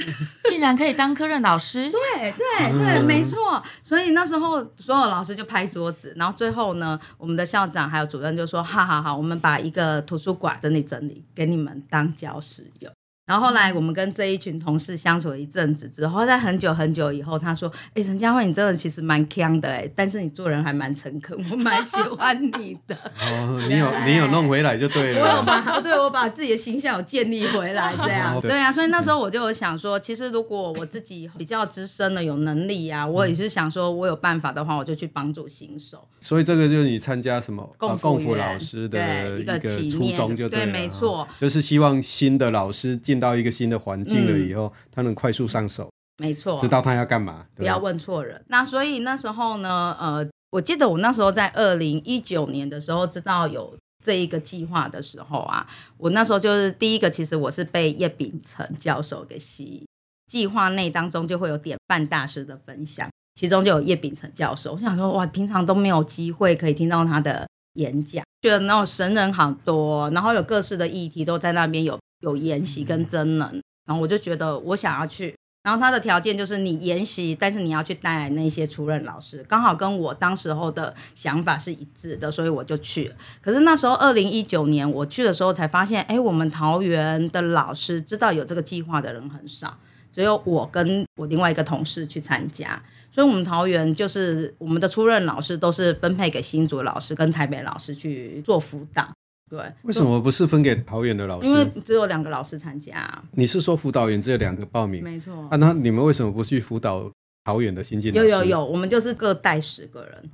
竟然可以当科任老师，对啊对对，没错。所以那时候所有老师就拍桌子，然后最后呢，我们的校长还有主任就说：“好好好，我们把一个图书馆整理整理，给你们当教室用。”然后后来我们跟这一群同事相处了一阵子之后，在很久很久以后，他说：“哎、陈佳慧，你真的其实蛮强的哎、但是你做人还蛮诚恳，我蛮喜欢你的。哦，你有你有弄回来就对啊我有了。把 对我把自己的形象有建立回来，这样哦对对啊，所以那时候我就有想说，其实如果我自己比较资深的有能力啊，我也是想说，我有办法的话，我就去帮助新手。所以这个就是你参加什么共啊辅共员辅老师的对一个个起初念衷就对了，没哦错，就是希望新的老师进到一个新的环境了以后，他能快速上手，没错，知道他要干嘛，不对要吧？问错人。那所以那时候呢，呃，我记得我那时候在二零一九年的时候知道有。这一个计划的时候啊，我那时候就是第一个，其实我是被叶秉成教授给吸引。计划内当中就会有典范大师的分享，其中就有叶秉成教授。我想说，哇，平常都没有机会可以听到他的演讲，觉得那种神人好多，然后有各式的议题都在那边有有研习跟真人，然后我就觉得我想要去。然后他的条件就是你研习，但是你要去带来那些出任老师，刚好跟我当时候的想法是一致的，所以我就去了。可是那时候二零一九年我去的时候才发现，哎，我们桃园的老师知道有这个计划的人很少，只有我跟我另外一个同事去参加。所以，我们桃园就是我们的出任老师都是分配给新竹老师跟台北老师去做辅导。对，为什么不是分给桃园的老因为师？只有两个老师参加，啊你是说辅导员只有两个报名没错啊？那你们为什么不去辅导桃园的新进老有师？有，有，我们就是各带十个人。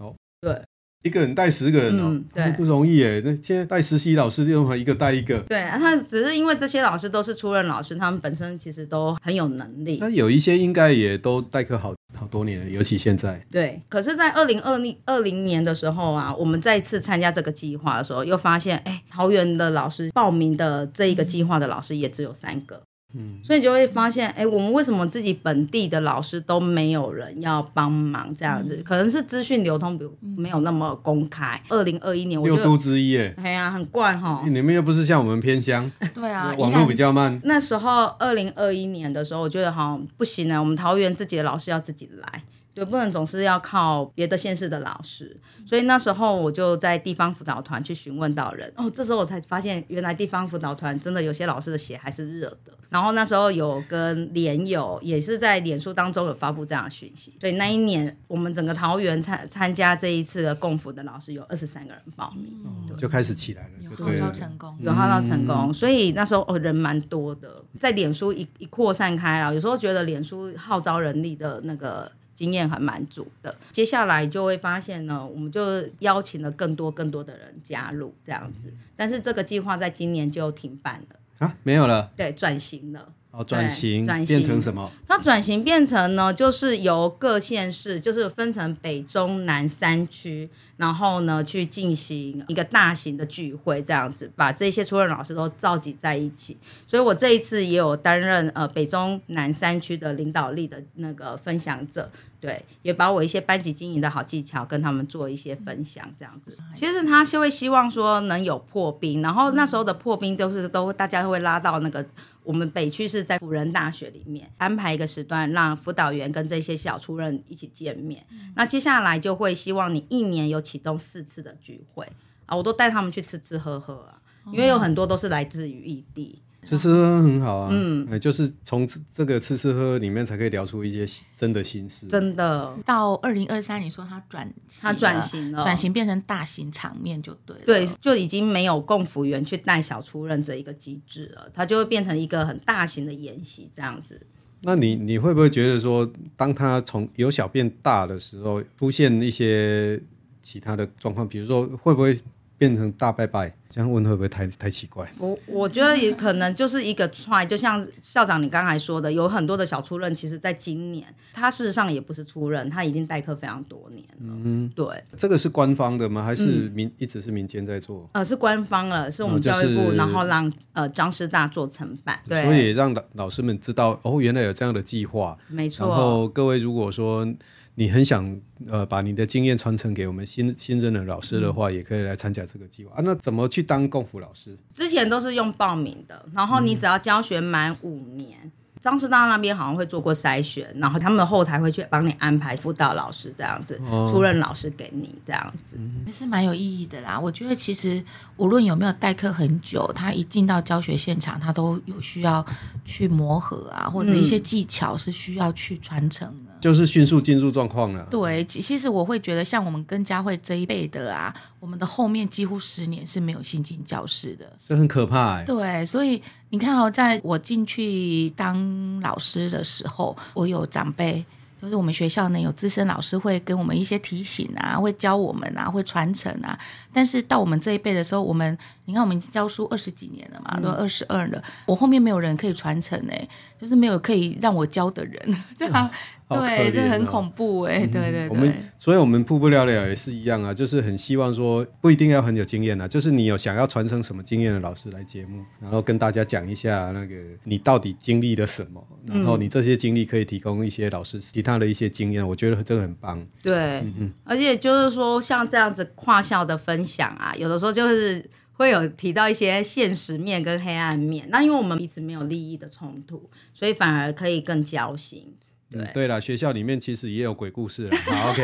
一个人带十个人哦，嗯对啊不容易耶。那现在带实习老师，这种一个带一个，对，啊他只是因为这些老师都是出任老师，他们本身其实都很有能力那。有一些应该也都代课好好多年了，尤其现在。对，可是，在二零二零二零年的时候啊，我们再次参加这个计划的时候，又发现，哎，桃园的老师报名的这一个计划的老师也只有三个，嗯，所以就会发现，哎，我们为什么自己本地的老师都没有人要帮忙这样子？嗯可能是资讯流通不没有那么公开。二零二一年，我六都就之一耶，哎呀，很怪哈。你们又不是像我们偏乡，对啊，网宜兰络比较慢。那时候二零二一年的时候，我觉得好像不行啊了，我们桃园自己的老师要自己来，对，不能总是要靠别的县市的老师。所以那时候我就在地方辅导团去询问到人，哦，这时候我才发现原来地方辅导团真的有些老师的血还是热的。然后那时候有跟连友也是在脸书当中有发布这样的讯息，所以那一年我们整个桃园参参加这一次的共辅的老师有二十三个人报名。就开始起来了，有就号对召了。成功，嗯有号召成功，所以那时候哦人蛮多的，在脸书一一扩散开了，有时候觉得脸书号召人力的那个。经验还蛮足的，接下来就会发现呢，我们就邀请了更多更多的人加入这样子，但是这个计划在今年就停办了，啊，没有了，对，转型了。哦，转型转型嗯变成什么？它转型变成呢，就是由各县市，就是分成北中南三区，然后呢去进行一个大型的聚会，这样子把这些出任老师都召集在一起。所以我这一次也有担任呃北中南三区的领导力的那个分享者，对，也把我一些班级经营的好技巧跟他们做一些分享，这样子。其实他是会希望说能有破冰，然后那时候的破冰就是都大家会拉到那个我们北区是在辅仁大学里面安排一个时段，让辅导员跟这些小出任一起见面。那接下来就会希望你一年有启动四次的聚会啊，我都带他们去吃吃喝喝啊，因为有很多都是来自于异地。吃吃喝喝很好啊，嗯嗯，就是从这这个吃吃喝喝里面才可以聊出一些新真的心事。真的，到二零二三，你说他转型他转型了转型变成大型场面就对 了。对，就已经没有供服员去带小出任这一个机制了，它就会变成一个很大型的研习这样子。那你你会不会觉得说，当他从由小变大的时候，出现一些其他的状况，比如说会不会变成大拜拜？这样问会不会太太奇怪？我我觉得也可能就是一个 try，就像校长你刚才说的，有很多的小出任，其实在今年他事实上也不是出任，他已经代课非常多年了。嗯，对，这个是官方的吗？还嗯是民、一直是民间在做？呃，是官方了，是我哦们就教育部，是然后让呃张师大做承办。对，所以也让老老师们知道哦，原来有这样的计划。没然错，后各位如果说你很想呃把你的经验传承给我们新新任的老师的话，也可以来参加这个计划啊。那怎么去当共辅老师？之前都是用报名的，然后你只要教学满五年。张师大那边好像会做过筛选，然后他们后台会去帮你安排辅导老师这样子，哦出任老师给你这样子。也是蛮有意义的啦。我觉得其实无论有没有代课很久，他一进到教学现场，他都有需要去磨合啊，嗯或者一些技巧是需要去传承的。就是迅速进入状况啊了。对，其其实我会觉得，像我们跟佳慧这一辈的啊，我们的后面几乎十年是没有新进教师的。这很可怕哎、对，所以你看哦，在我进去当老师的时候，我有长辈，就是我们学校呢有资深老师会跟我们一些提醒啊，会教我们啊，会传承啊。但是到我们这一辈的时候，我们你看我们教书二十几年了嗯嘛，都二十二了，我后面没有人可以传承哎、就是没有可以让我教的人， 这样、嗯好可对，这怜很哦恐怖哎、对对我对们。，所以我们瀑布聊聊也是一样啊，就是很希望说，不一定要很有经验啊，就是你有想要传承什么经验的老师来节目，然后跟大家讲一下那个你到底经历了什么，然嗯后你这些经历可以提供一些老师其他的一些经验，我觉得这个很棒。对，而且就是说，像这样子跨校的分享啊，有的时候就是会有提到一些现实面跟黑暗面。那因为我们彼此没有利益的冲突，所以反而可以更交心。对嗯、对了，学校里面其实也有鬼故事了。 好，OK，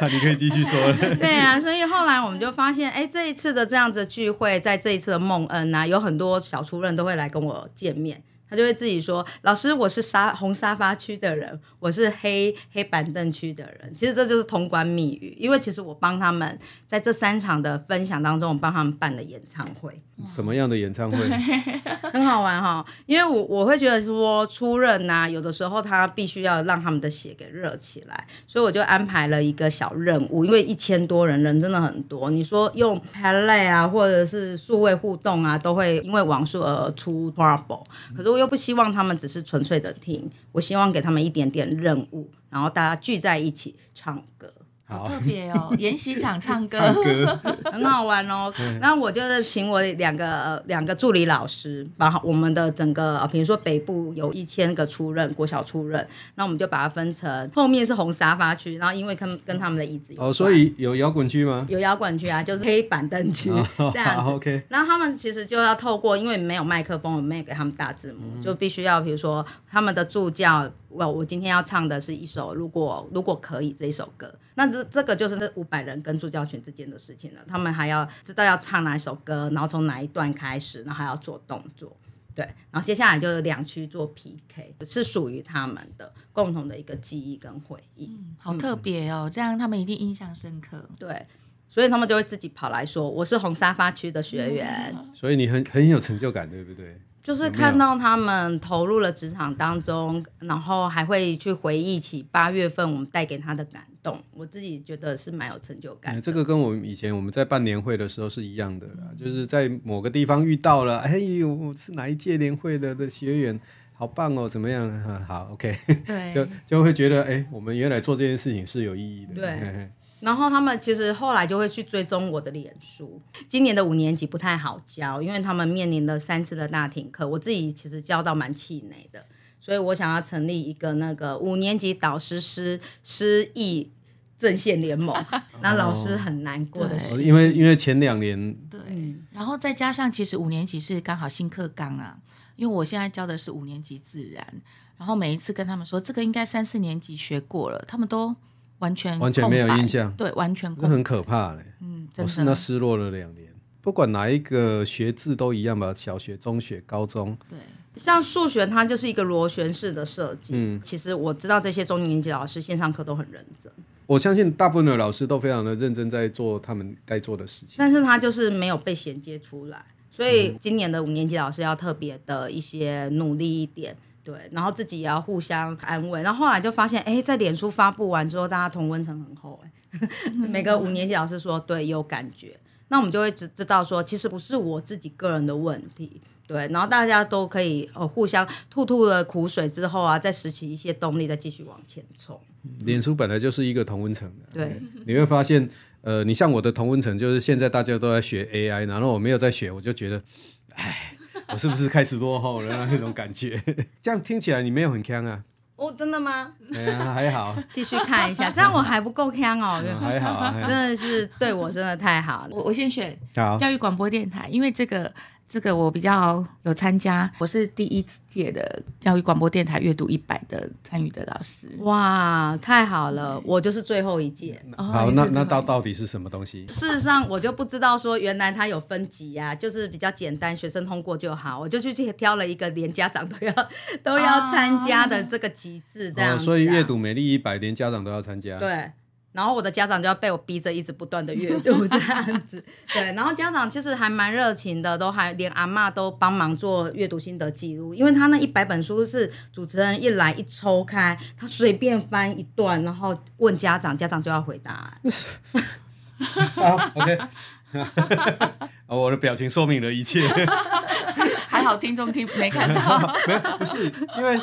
那你可以继续说了。 对啊，所以后来我们就发现，哎，这一次的这样子聚会，在这一次的梦恩啊，有很多小初任都会来跟我见面。他就会自己说：“老师，我是沙红沙发区的人，我是黑黑板凳区的人。”其实这就是通关密语，因为其实我帮他们在这三场的分享当中，我帮他们办了演唱会。什么样的演唱会？很好玩哈、因为我我会觉得说出任呐、有的时候他必须要让他们的血给热起来，所以我就安排了一个小任务，因为一千多人，人真的很多。你说用 p a l a y 啊，或者是数位互动啊，都会因为网速而出 trouble。可是我又不希望他们只是纯粹的听，我希望给他们一点点任务，然后大家聚在一起唱歌。好特别 哦，研习场唱歌，唱歌， 很好玩哦。那我就是请我两个呃两个助理老师，把我们的整个，呃比如说北部有一千个出任国小出任，那我们就把它分成后面是红沙发区，然后因为他们跟他们的椅子有哦，关所以有摇滚区吗？有摇滚区啊，就是黑板凳区、哦这 样好子。 ，OK，然后他们其实就要透过，因为没有麦克风，我们也给他们大字幕，就必须要比如说他们的助教，我我今天要唱的是一首，如果如果可以这一首歌，那这这个就是那五百人跟助教群之间的事情了。他们还要知道要唱哪一首歌，然后从哪一段开始，然后还要做动作。对，然后接下来就是两区做 PK，是属于他们的共同的一个记忆跟回忆。好特别哦，这样他们一定印象深刻。对，所以他们就会自己跑来说我是红沙发区的学员，所以你很很有成就感，对不对？就是看到他们投入了职场当中，然后还会去回忆起八月份我们带给他的感动，我自己觉得是蛮有成就感哎的。这个跟我们以前我们在办年会的时候是一样的啦，就是在某个地方遇到了，哎呦，我是哪一届年会的的学员，好棒哦，怎么样？啊、好，OK，对，就就会觉得，哎，我们原来做这件事情是有意义的。对嘿嘿然后他们其实后来就会去追踪我的脸书。今年的五年级不太好教，因为他们面临了三次的大停课，我自己其实教到蛮气馁的，所以我想要成立一个那个五年级导师失失忆阵线联盟，那老师很难过的对 哦事。因为因为前两年对，嗯然后再加上其实五年级是刚好新课纲啊，因为我现在教的是五年级自然，然后每一次跟他们说这个应该三四年级学过了，他们都完全完全没有空白印象对，完全那空白很可怕嘞，嗯，我真是那的失落了两年。不管哪一个学制都一样吧，小学、中学、高中，对，像数学，它就是一个螺旋式的设计。其实我知道这些中年级老师线上课都很认真，我相信大部分的老师都非常的认真在做他们该做的事情。但是它就是没有被衔接出来，所以今年的五年级老师要特别的一些努力一点，对，然后自己也要互相安慰。然后后来就发现，哎，在脸书发布完之后，大家同温层很厚、哎，每个五年级老师说，对，有感觉。那我们就会知知道说，其实不是我自己个人的问题，对，然后大家都可以呃互相吐吐了苦水之后啊，再拾起一些动力，再继续往前冲，脸书本来就是一个同温层的，对，你会发现，呃，你像我的同温层，就是现在大家都在学 AI，然后我没有在学，我就觉得， 哎，我是不是开始落后了那种感觉？这样听起来你没有很坑啊？哦，真的吗？哎呀，还 好，继续看一下，这样我还不够呛哦。嗯还好啊，还真好的是对我真的太好了，我我先选好，教育广播电台，因为这个这个我比较有参加，我是第一届的教育广播电台阅读一百的参与的老师。哇，太好嗯了，我就是最后一届。哦好，也是那这那么到到底是什么东西？事实上，我就不知道说原来它有分级啊，就是比较简单，学生通过就好。我就去挑了一个连家长都要都要参加的这个机制，这样、啊哦，所以阅读。美丽一百，连家长都要参加。，对。然后我的家长就要被我逼着一直不断的阅读这样子，对。然后家长其实还蛮热情的，都还连阿嬷都帮忙做阅读心得记录，因为他那一百本书是主持人一来一抽开，他随便翻一段，然后问家长，家长就要回答。好，OK。哦我的表情说明了一切， 还好听众听没看到，不是因为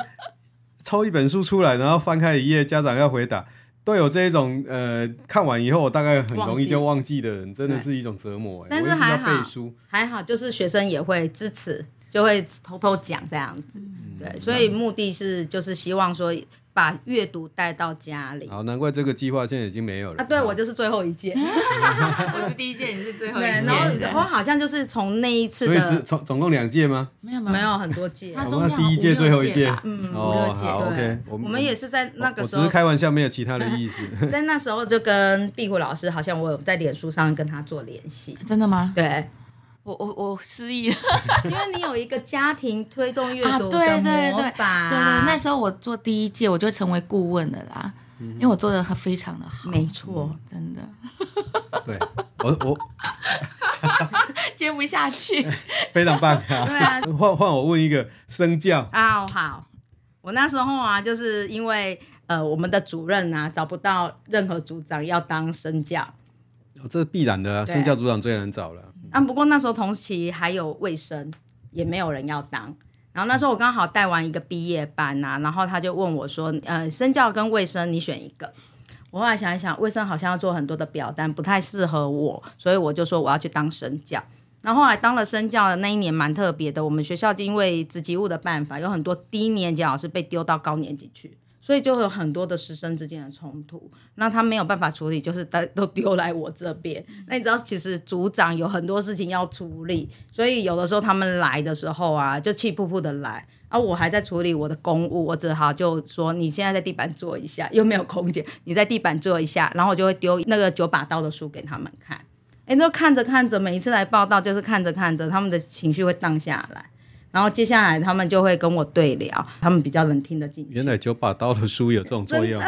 抽一本书出来，然后翻开一页，家长要回答，都有这一种呃，看完以后我大概很容易就忘记的人，真的是一种折磨、欸。但我是一直还要好背书，还好，就是学生也会支持，就会偷偷讲这样子。对，所以目的是就是希望说把阅读带到家里。好，难怪这个计划现在已经没有了。啊，对，我就是最后一届，我是第一届，你是最后一对，届然对后我好像就是啊从那一次所以只的总总共两届吗？没有没有很多届，他我中们间第一届好像最五后六一届吧嗯，五哦六，届好对，OK，我我们们也是在那个我时只是候，开玩笑，没有其他的 意思。在那时候就跟壁虎老师好像我有在脸书上跟他做联系，真的吗？对，我我我失忆了。因为你有一个家庭推动阅 啊，读对的对对魔对法，对，那时候我做第一届，我就成为顾问了啦，因为我做的非常的好，没错，真的对我我 接不下去。非常棒 对啊！啊，换换我问一个身教，啊，好，我那时候啊，就是因为呃，我们的主任啊找不到任何组长要当生教，哦这必然的啊，对身教组长最难找了。啊，不过那时候同期还有卫生，也没有人要当。然后那时候我刚好带完一个毕业班啊，然后他就问我说：“呃，身教跟卫生你选一个。”我后来想一想，卫生好像要做很多的表单，不太适合我，所以我就说我要去当身教。然后后来当了身教的那一年蛮特别的，我们学校就因为职级物的办法，有很多低年级老师被丢到高年级去，所以就有很多的师生之间的冲突。那他没有办法处理，就是都都丢来我这边。那你知道，其实组长有很多事情要处理，所以有的时候他们来的时候啊，就气扑扑的来。啊，我还在处理我的公务，我只好就说你现在在地板坐一下，又没有空间，你在地板坐一下，然后我就会丢那个九把刀的书给他们看。哎，那看着看着，每一次来报道就是看着看着，他们的情绪会荡下来，然后接下来他们就会跟我对聊，他们比较能听得进去。原来九把刀的书有这种作用，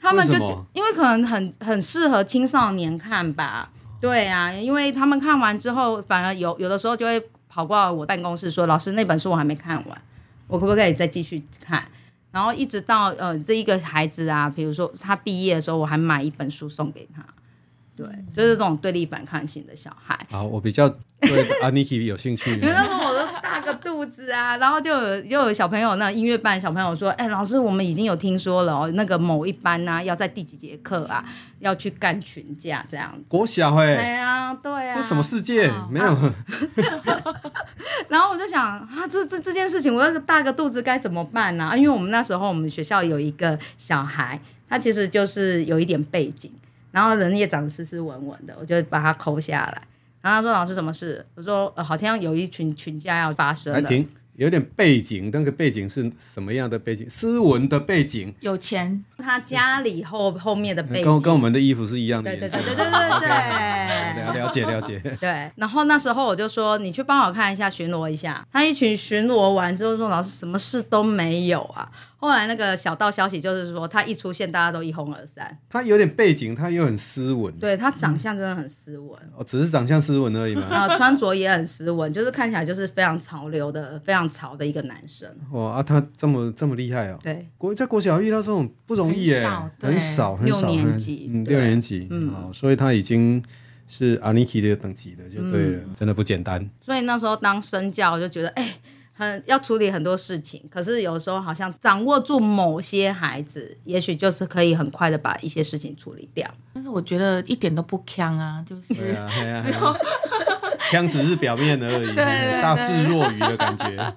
他们就为什么因为可能很很适合青少年看吧，对啊，因为他们看完之后，反而有有的时候就会跑过来我办公室说：“老师，那本书我还没看完，我可不可以再继续看？”然后一直到呃这一个孩子啊，比如说他毕业的时候，我还买一本书送给他，对，就是这种对立反抗型的小孩。好，我比较对 阿尼奇有兴 趣因。为那时候我都大个肚子啊， 然后就有又有小朋友那音乐班小朋友说，哎、老师，我们已经有听说了哦，那个某一班啊，要在第几节课啊，要去干群架这样子。国小哎，对啊，对啊。这什么？世界？没有， 然后我就想啊，这这这件事情，我那个大个肚子该怎么办呢、啊？因为我们那时候我们学校有一个小孩，他其实就是有一点背景，然后人也长得斯斯文文的，我就把他抠下来。然后他说：“老师，什么事？”我说：“呃、好像有一群群架要发生还了。”挺有点背景。那个背景是什么样的背景？斯文的背景，有钱，他家里后后面的背景，跟跟我们的衣服是一样的对对颜对色。对对 对了对。了解了解， 对，然后那时候我就说，你去帮我看一下，巡逻一下。他一群巡逻完之后说，老师什么事都没有啊。后来那个小道消息就是说，他一出现，大家都一哄而散。他有点背景，他又很斯文，对他长相真的很斯文，哦，只是长相斯文而已嘛。 然后穿着也很斯文，就是看起来就是非常潮流的、非常潮的一个男生。哇啊，他这么这么厉害哦！对，国在国小遇到这种不容易耶，很少对很少很少，六年级嗯，对六年级，嗯哦，所以他已经是阿尼奇的等级的，就对了，嗯真的不简单。所以那时候当身教，我就觉得哎、很要处理很多事情。可是有时候好像掌握住某些孩子，也许就是可以很快的把一些事情处理掉。但是我觉得一点都不强啊，就是 对啊，对啊，只有 腔只是表面而已，对对大智若愚的感觉。啊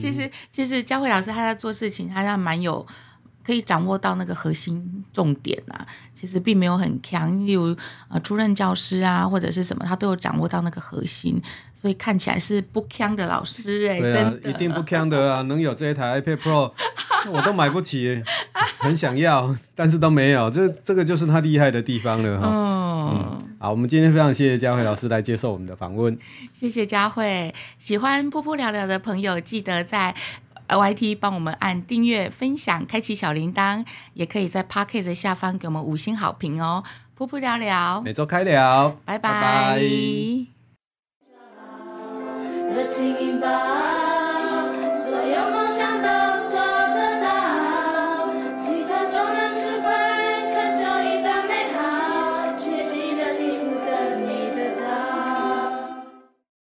其嗯实其实佳慧老师她在做事情，她要蛮有可以掌握到那个核心重点啊。其实并没有很强，例如呃出任教师啊或者是什么，她都有掌握到那个核心，所以看起来是不强的老师哎、对啊真，的一定不坑的啊！能有这一台 iPad Pro，我都买不起，很想要，但是都没有。这这个就是他厉害的地方了哈。嗯。好，我们今天非常谢谢佳慧老师来接受我们的访问。谢谢佳慧，喜欢噗噗聊聊的朋友，记得在。YT 帮我们按订阅、分享、开启小铃铛，也可以在 p o c k e t 下方给我们五星好评哦。噗噗聊聊，每周开聊，拜拜